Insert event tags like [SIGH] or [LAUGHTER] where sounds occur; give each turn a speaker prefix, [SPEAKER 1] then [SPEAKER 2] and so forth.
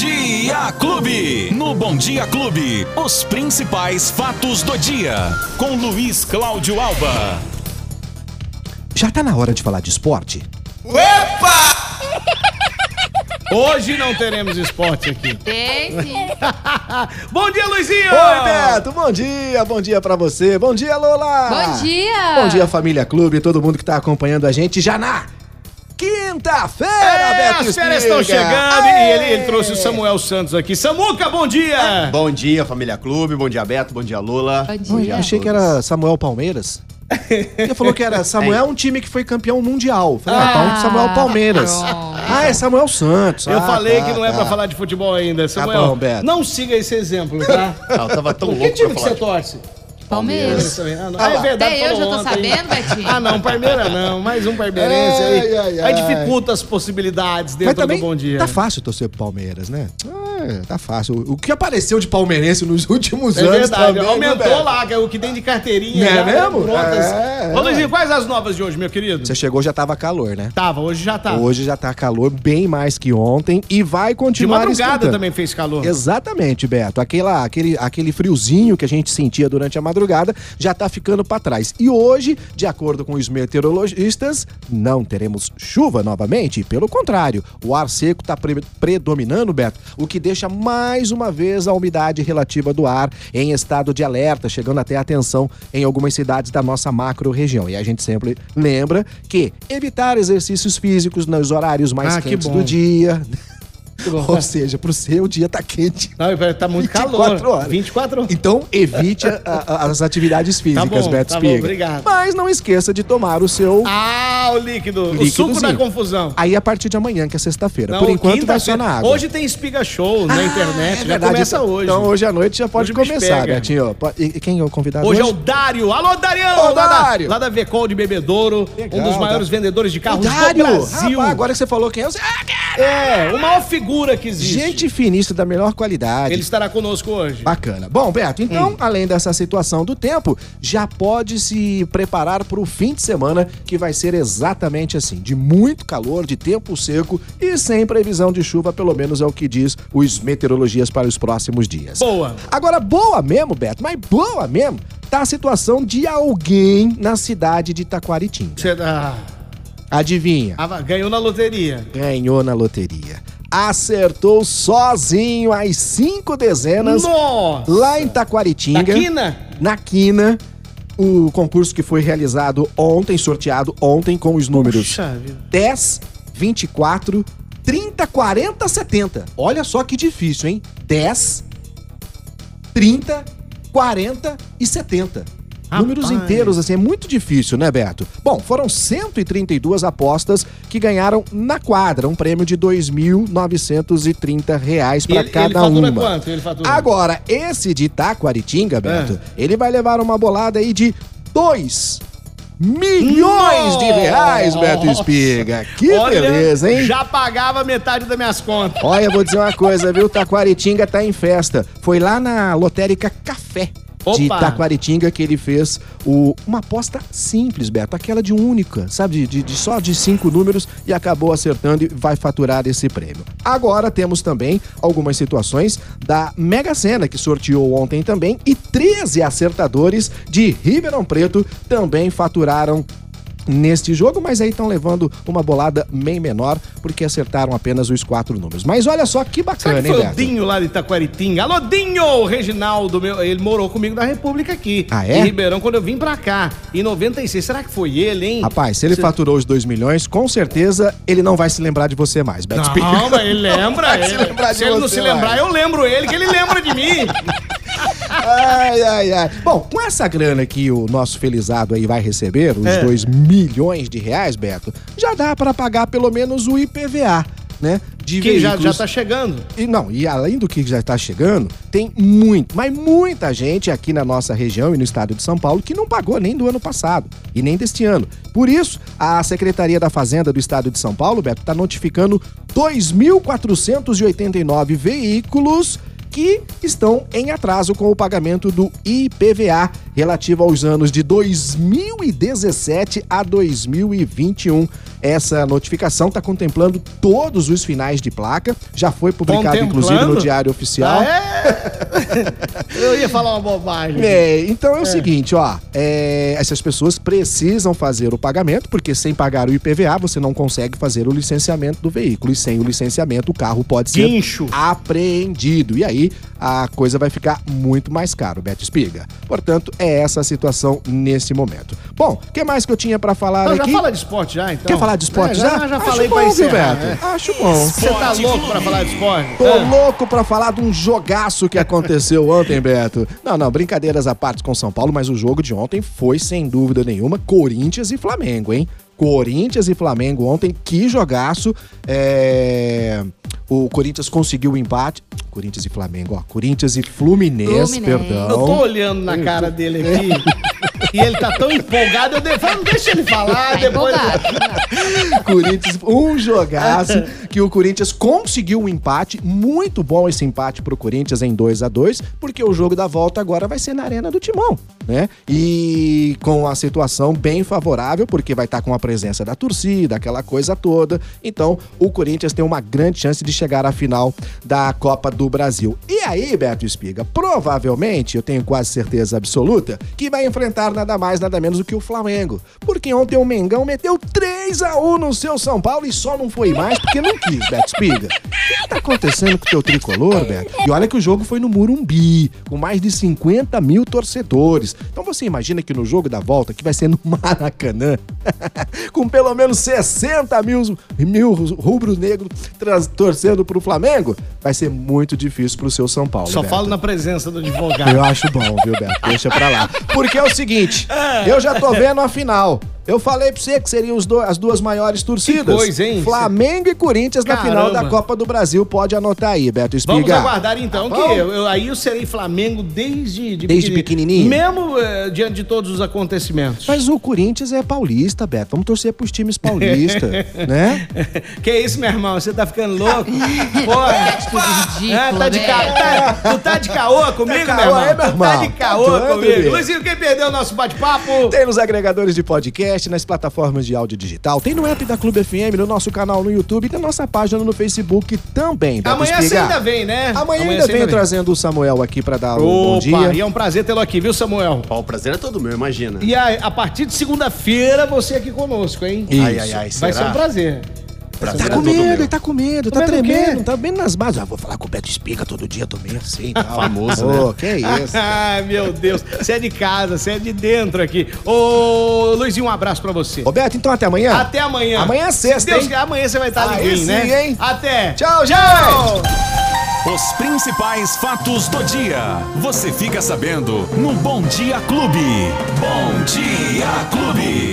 [SPEAKER 1] Dia Clube. No Bom Dia Clube, os principais fatos do dia. Com Luiz Cláudio Alba.
[SPEAKER 2] Já tá na hora de falar de esporte?
[SPEAKER 3] Opa! [LAUGHS] Hoje não teremos esporte aqui.
[SPEAKER 4] Tem sim.
[SPEAKER 3] [LAUGHS] Bom dia, Luizinho!
[SPEAKER 2] Oi, Beto, bom dia, bom dia pra você, bom dia, Lola!
[SPEAKER 4] Bom dia!
[SPEAKER 2] Bom dia, família Clube, todo mundo que tá acompanhando a gente já na quinta-feira,
[SPEAKER 3] É,
[SPEAKER 2] Beto
[SPEAKER 3] as férias
[SPEAKER 2] Espiga.
[SPEAKER 3] estão chegando e
[SPEAKER 2] Aê!
[SPEAKER 3] ele, ele trouxe o Samuel Santos aqui. Samuca, bom dia!
[SPEAKER 5] Bom dia, família Clube. Bom dia, Beto. Bom dia, Lula.
[SPEAKER 4] Bom dia.
[SPEAKER 2] Oi, eu achei que era Samuel Palmeiras. Ele falou que
[SPEAKER 3] [LAUGHS]
[SPEAKER 2] era
[SPEAKER 3] É.
[SPEAKER 2] Samuel, um time que foi campeão mundial. Falei, ah, tá um Samuel Palmeiras.
[SPEAKER 4] pronto.
[SPEAKER 2] Ah, é Samuel Santos.
[SPEAKER 3] Eu
[SPEAKER 2] Ah,
[SPEAKER 3] falei
[SPEAKER 2] tá,
[SPEAKER 3] que não é
[SPEAKER 2] tá.
[SPEAKER 3] pra falar de futebol ainda, Samuel.
[SPEAKER 2] bom, Beto.
[SPEAKER 3] Não siga esse exemplo,
[SPEAKER 2] [LAUGHS]
[SPEAKER 3] tá?
[SPEAKER 5] Ah, eu tava tão
[SPEAKER 3] que
[SPEAKER 5] louco
[SPEAKER 3] time
[SPEAKER 5] pra
[SPEAKER 3] que você
[SPEAKER 5] falar.
[SPEAKER 3] torce?
[SPEAKER 4] Palmeiras.
[SPEAKER 3] Ah, não.
[SPEAKER 2] Ah lá.
[SPEAKER 3] é verdade,
[SPEAKER 4] Até eu já
[SPEAKER 3] falou
[SPEAKER 4] tô
[SPEAKER 3] ontem.
[SPEAKER 4] sabendo, Betinho.
[SPEAKER 3] Ah, não, Parmeira não. Mais um parmeirense
[SPEAKER 2] Ai,
[SPEAKER 3] aí.
[SPEAKER 2] ai,
[SPEAKER 3] Aí
[SPEAKER 2] ai.
[SPEAKER 3] dificulta as possibilidades dentro
[SPEAKER 2] Mas também
[SPEAKER 3] do Bom Dia. né?
[SPEAKER 2] tá fácil torcer pro Palmeiras, né? Ah, tá fácil. O que apareceu de palmeirense nos [LAUGHS] últimos
[SPEAKER 3] É
[SPEAKER 2] anos
[SPEAKER 3] verdade,
[SPEAKER 2] também, né,
[SPEAKER 3] aumentou
[SPEAKER 2] Beto?
[SPEAKER 3] lá o que tem de carteirinha.
[SPEAKER 2] Não é
[SPEAKER 3] já, né,
[SPEAKER 2] mesmo?
[SPEAKER 3] Prontas.
[SPEAKER 2] É, é.
[SPEAKER 3] Ô, Luizinho, quais as novas de hoje, meu querido?
[SPEAKER 2] Você chegou, já tava calor, né?
[SPEAKER 3] Tava, hoje já tá.
[SPEAKER 2] Hoje já tá calor bem mais que ontem e vai
[SPEAKER 3] de
[SPEAKER 2] continuar
[SPEAKER 3] madrugada
[SPEAKER 2] esquentando.
[SPEAKER 3] também fez calor.
[SPEAKER 2] Exatamente, Beto. Aquela, aquele, aquele friozinho que a gente sentia durante a madrugada já tá ficando pra trás. E hoje, de acordo com os meteorologistas, não teremos chuva novamente. Pelo contrário, o ar seco tá pre- predominando, Beto, o que deixa mais uma vez a umidade relativa do ar em estado de alerta, chegando até atenção em algumas cidades da nossa macro-região. E a gente sempre lembra que evitar exercícios físicos nos horários mais
[SPEAKER 3] Ah, que
[SPEAKER 2] quentes
[SPEAKER 3] bom.
[SPEAKER 2] do dia. [LAUGHS]
[SPEAKER 3] bom.
[SPEAKER 2] Ou seja, pro seu dia tá quente.
[SPEAKER 3] Não, pera, tá muito
[SPEAKER 2] 24
[SPEAKER 3] calor.
[SPEAKER 2] horas.
[SPEAKER 3] 24 horas.
[SPEAKER 2] Então, evite a- a- as atividades físicas,
[SPEAKER 3] Tá bom,
[SPEAKER 2] Beto
[SPEAKER 3] tá bom,
[SPEAKER 2] Spiga.
[SPEAKER 3] obrigado.
[SPEAKER 2] Mas não esqueça de tomar o seu.
[SPEAKER 3] Ah, o líquido. O suco
[SPEAKER 2] líquidozinho.
[SPEAKER 3] da confusão.
[SPEAKER 2] Aí a partir de amanhã, que é sexta-feira.
[SPEAKER 3] Não,
[SPEAKER 2] Por enquanto, vai
[SPEAKER 3] quinta-feira-
[SPEAKER 2] só na água. Ah, é
[SPEAKER 3] Hoje tem espiga show na internet, já
[SPEAKER 2] verdade.
[SPEAKER 3] começa
[SPEAKER 2] Então-
[SPEAKER 3] hoje.
[SPEAKER 2] Então, hoje à noite já pode
[SPEAKER 3] Hoje o bicho
[SPEAKER 2] começar,
[SPEAKER 3] pega.
[SPEAKER 2] Betinho. Po- E e quem é o convidado
[SPEAKER 3] Hoje
[SPEAKER 2] hoje?
[SPEAKER 3] é o Dário. Alô, Darião!
[SPEAKER 2] Ô,
[SPEAKER 3] lá,
[SPEAKER 2] Dário!
[SPEAKER 3] Da, lá da Vecol de Bebedouro, um dos
[SPEAKER 2] Legal, tá.
[SPEAKER 3] maiores vendedores de carros
[SPEAKER 2] Dário!
[SPEAKER 3] do Brasil.
[SPEAKER 2] Rapaz, agora que você falou quem é, eu... sei- Ah, cara!
[SPEAKER 3] É, o maior figura que existe.
[SPEAKER 2] gente finíssima da melhor qualidade.
[SPEAKER 3] Ele estará conosco hoje.
[SPEAKER 2] Bacana. Bom, Beto, então, além dessa situação do tempo, já pode se preparar para o fim de semana, que vai ser exatamente assim: de muito calor, de tempo seco e sem previsão de chuva, pelo menos é o que diz os meteorologias para os próximos dias.
[SPEAKER 3] Boa.
[SPEAKER 2] Agora, boa mesmo, Beto, mas boa mesmo, tá a situação de alguém na cidade de Taquaritinga.
[SPEAKER 3] Você- ah,
[SPEAKER 2] Adivinha?
[SPEAKER 3] ah, ganhou na loteria.
[SPEAKER 2] Ganhou na loteria. Acertou sozinho as cinco dezenas
[SPEAKER 3] Nossa!
[SPEAKER 2] lá em Taquaritinga.
[SPEAKER 3] Na quina?
[SPEAKER 2] Na quina, o concurso que foi realizado ontem, sorteado ontem com os números
[SPEAKER 3] Puxa vida.
[SPEAKER 2] 10, 24, 30, 40, 70. Olha só que difícil, hein? 10, 30, 40 e 70. Números
[SPEAKER 3] Rapaz.
[SPEAKER 2] inteiros, assim, é muito difícil, né, Beto? Bom, foram 132 apostas que ganharam na quadra um prêmio de R$ 2.930 reais
[SPEAKER 3] E
[SPEAKER 2] para
[SPEAKER 3] ele, ele
[SPEAKER 2] cada
[SPEAKER 3] fatura
[SPEAKER 2] uma.
[SPEAKER 3] quanto? Ele fatura.
[SPEAKER 2] Agora, esse de Taquaritinga,
[SPEAKER 3] É.
[SPEAKER 2] Beto, ele vai levar uma bolada aí de 2 milhões de reais, Beto Espiga. Que
[SPEAKER 3] Olha,
[SPEAKER 2] beleza, hein?
[SPEAKER 3] Já pagava metade das minhas contas.
[SPEAKER 2] Olha, eu vou dizer uma coisa, viu? Taquaritinga tá em festa. Foi lá na lotérica Café. De
[SPEAKER 3] Opa!
[SPEAKER 2] Taquaritinga que ele fez o- uma aposta simples, Beto, aquela de única, sabe? De, de- de só de cinco números e acabou acertando e vai faturar esse prêmio. Agora temos também algumas situações da Mega Sena, que sorteou ontem também, e 13 acertadores de Ribeirão Preto também faturaram neste jogo, mas aí estão levando uma bolada bem menor, porque acertaram apenas os quatro números. Mas olha só que
[SPEAKER 3] Será
[SPEAKER 2] bacana,
[SPEAKER 3] que foi
[SPEAKER 2] hein,
[SPEAKER 3] o
[SPEAKER 2] Beto?
[SPEAKER 3] Dinho lá de Itaquaritinga? Alô, Dinho! O Reginaldo, meu, ele morou comigo na República aqui.
[SPEAKER 2] Ah, é?
[SPEAKER 3] Em Ribeirão, quando eu vim pra cá, em 96. Será que foi ele, hein?
[SPEAKER 2] Rapaz, se ele faturou os 2 milhões, com certeza ele não vai se lembrar de você mais, Beto Spiga.
[SPEAKER 3] Não, mas ele
[SPEAKER 2] [LAUGHS]
[SPEAKER 3] lembra.
[SPEAKER 2] se
[SPEAKER 3] ele-
[SPEAKER 2] lembrar de
[SPEAKER 3] se ele não
[SPEAKER 2] você,
[SPEAKER 3] se lembrar,
[SPEAKER 2] vai.
[SPEAKER 3] eu lembro ele, que ele lembra de
[SPEAKER 2] [LAUGHS]
[SPEAKER 3] mim.
[SPEAKER 2] Ai, ai, ai. Bom, com essa grana que o nosso felizado aí vai receber, os
[SPEAKER 3] É.
[SPEAKER 2] 2 milhões de reais, Beto, já dá pra pagar pelo menos o IPVA, né? De
[SPEAKER 3] que já, já
[SPEAKER 2] veículos.
[SPEAKER 3] tá chegando.
[SPEAKER 2] E não, e além do que já está chegando, tem muito, mas muita gente aqui na nossa região e no estado de São Paulo que não pagou nem do ano passado e nem deste ano. Por isso, a Secretaria da Fazenda do Estado de São Paulo, Beto, está notificando 2.489 veículos que estão em atraso com o pagamento do IPVA relativo aos anos de 2017 a 2021. Essa notificação está contemplando todos os finais de placa. Já foi publicado, inclusive, no
[SPEAKER 3] Contemplando?
[SPEAKER 2] Diário Oficial.
[SPEAKER 3] Ah, é? [LAUGHS] Eu ia falar uma bobagem.
[SPEAKER 2] É, então é o seguinte, ó. é, essas pessoas precisam fazer o pagamento, porque sem pagar o IPVA você não consegue fazer o licenciamento do veículo. E sem o licenciamento o carro pode ser
[SPEAKER 3] Guincho.
[SPEAKER 2] apreendido. E aí a coisa vai ficar muito mais caro, Beto Espiga. Portanto, é essa a situação nesse momento. Bom, o que mais que eu tinha pra falar
[SPEAKER 3] Não, já
[SPEAKER 2] aqui?
[SPEAKER 3] fala de esporte já, então.
[SPEAKER 2] Quer falar de esporte
[SPEAKER 3] É,
[SPEAKER 2] já?
[SPEAKER 3] Já, já
[SPEAKER 2] Acho
[SPEAKER 3] falei
[SPEAKER 2] bom,
[SPEAKER 3] pra
[SPEAKER 2] viu,
[SPEAKER 3] encerrar,
[SPEAKER 2] Beto?
[SPEAKER 3] é.
[SPEAKER 2] Acho bom.
[SPEAKER 3] Você tá louco pra falar de esporte?
[SPEAKER 2] Tô
[SPEAKER 3] É.
[SPEAKER 2] louco pra falar de um jogaço que aconteceu ontem, Beto. Não, não, brincadeiras à parte com São Paulo, mas o jogo de ontem foi, sem dúvida nenhuma, Corinthians e Flamengo, hein? Corinthians e Flamengo ontem, que jogaço. É... O Corinthians conseguiu o empate. Corinthians e Flamengo, ó. Corinthians e Fluminense,
[SPEAKER 4] Fluminense.
[SPEAKER 2] perdão.
[SPEAKER 3] Eu tô olhando na cara dele aqui. e ele tá tão empolgado, eu de... falo, deixa ele falar,
[SPEAKER 4] Tá
[SPEAKER 3] depois.
[SPEAKER 4] empolgado.
[SPEAKER 2] Corinthians, um jogaço que o Corinthians conseguiu um empate. Muito bom esse empate pro Corinthians em 2 a 2 porque o jogo da volta agora vai ser na Arena do Timão, né? E com a situação bem favorável, porque vai estar com a presença da torcida, aquela coisa toda. Então, o Corinthians tem uma grande chance de chegar à final da Copa do Brasil. E aí, Beto Espiga, provavelmente, eu tenho quase certeza absoluta, que vai enfrentar nada mais, nada menos do que o Flamengo. Porque ontem o Mengão meteu 3x1 no seu São Paulo e só não foi mais porque não quis, Beto Espiga. O que tá acontecendo com o teu tricolor, Beto? E olha que o jogo foi no Murumbi, com mais de 50 mil torcedores. Então você imagina que no jogo da volta, que vai ser no [LAUGHS] Maracanã, com pelo menos 60 mil, mil rubro-negro tras- torcendo pro Flamengo, vai ser muito difícil pro seu São Paulo.
[SPEAKER 3] Só
[SPEAKER 2] Beto.
[SPEAKER 3] falo na presença do advogado.
[SPEAKER 2] Eu acho bom, viu, Beto? Deixa pra lá. Porque é o seguinte, eu já tô vendo a final. Eu falei pra você que seriam os do- as duas maiores torcidas.
[SPEAKER 3] Que coisa, hein?
[SPEAKER 2] Flamengo e Corinthians na final da
[SPEAKER 3] Caramba.
[SPEAKER 2] Copa do Brasil. Pode anotar aí, Beto Espiga.
[SPEAKER 3] Vamos aguardar então,
[SPEAKER 2] Tá bom?
[SPEAKER 3] que eu- eu- aí eu serei Flamengo desde de
[SPEAKER 2] Desde pequenininho.
[SPEAKER 3] Mesmo eh, diante de todos os acontecimentos.
[SPEAKER 2] Mas o Corinthians é paulista, Beto. Vamos torcer pros times
[SPEAKER 3] [LAUGHS]
[SPEAKER 2] paulistas, né?
[SPEAKER 3] [LAUGHS] Que isso, meu irmão? Você tá ficando
[SPEAKER 4] [LAUGHS]
[SPEAKER 3] louco? Pô,
[SPEAKER 4] É Ridículo,
[SPEAKER 3] ah, tá de
[SPEAKER 4] né?
[SPEAKER 3] ca... tá- Tu tá de caô comigo,
[SPEAKER 2] caô
[SPEAKER 3] meu irmão?
[SPEAKER 2] aí, meu
[SPEAKER 3] Tu tá
[SPEAKER 2] irmão?
[SPEAKER 3] de caô
[SPEAKER 2] Tá doido,
[SPEAKER 3] comigo.
[SPEAKER 2] bicho?
[SPEAKER 3] Luizinho, quem perdeu o nosso bate-papo?
[SPEAKER 2] Tem nos agregadores de podcast, nas plataformas de áudio digital, tem no app da Clube FM, no nosso canal no YouTube e na nossa página no Facebook também. Beto
[SPEAKER 3] Amanhã você
[SPEAKER 2] Espiga.
[SPEAKER 3] ainda vem, né?
[SPEAKER 2] Amanhã, ainda
[SPEAKER 3] você
[SPEAKER 2] venho trazendo o Samuel aqui pra dar um bom
[SPEAKER 3] Opa,
[SPEAKER 2] dia.
[SPEAKER 3] e é um prazer tê-lo aqui, viu, Samuel?
[SPEAKER 5] Ó, o prazer é todo meu, imagina.
[SPEAKER 3] E a, a partir de segunda-feira, você aqui conosco, hein?
[SPEAKER 2] Isso.
[SPEAKER 5] Ai, ai, ai,
[SPEAKER 3] Vai ser um prazer.
[SPEAKER 5] prazer
[SPEAKER 2] Tá
[SPEAKER 5] é
[SPEAKER 2] com
[SPEAKER 5] todo
[SPEAKER 2] medo,
[SPEAKER 5] meu.
[SPEAKER 2] ele tá com medo, tá
[SPEAKER 3] medo do quê?
[SPEAKER 2] tremendo, tá bem nas bases. Ah, vou falar com o Beto Espiga todo dia, tô meio assim [LAUGHS] e tal.
[SPEAKER 5] Famoso,
[SPEAKER 2] Ô,
[SPEAKER 5] né?
[SPEAKER 2] que isso.
[SPEAKER 3] Ai, meu Deus. Você é de casa, você é de dentro aqui. Ô, Luizinho, um abraço pra você.
[SPEAKER 2] Roberto, então até amanhã.
[SPEAKER 3] Até amanhã.
[SPEAKER 2] Amanhã é
[SPEAKER 3] Se
[SPEAKER 2] sexta,
[SPEAKER 3] Deus
[SPEAKER 2] hein?
[SPEAKER 3] quiser, amanhã você vai
[SPEAKER 2] Aí
[SPEAKER 3] estar ligadinho,
[SPEAKER 2] sim,
[SPEAKER 3] né?
[SPEAKER 2] hein?
[SPEAKER 3] Até.
[SPEAKER 2] Tchau, gente!
[SPEAKER 1] Os principais fatos do dia. Você fica sabendo no Bom Dia Clube. Bom Dia Clube.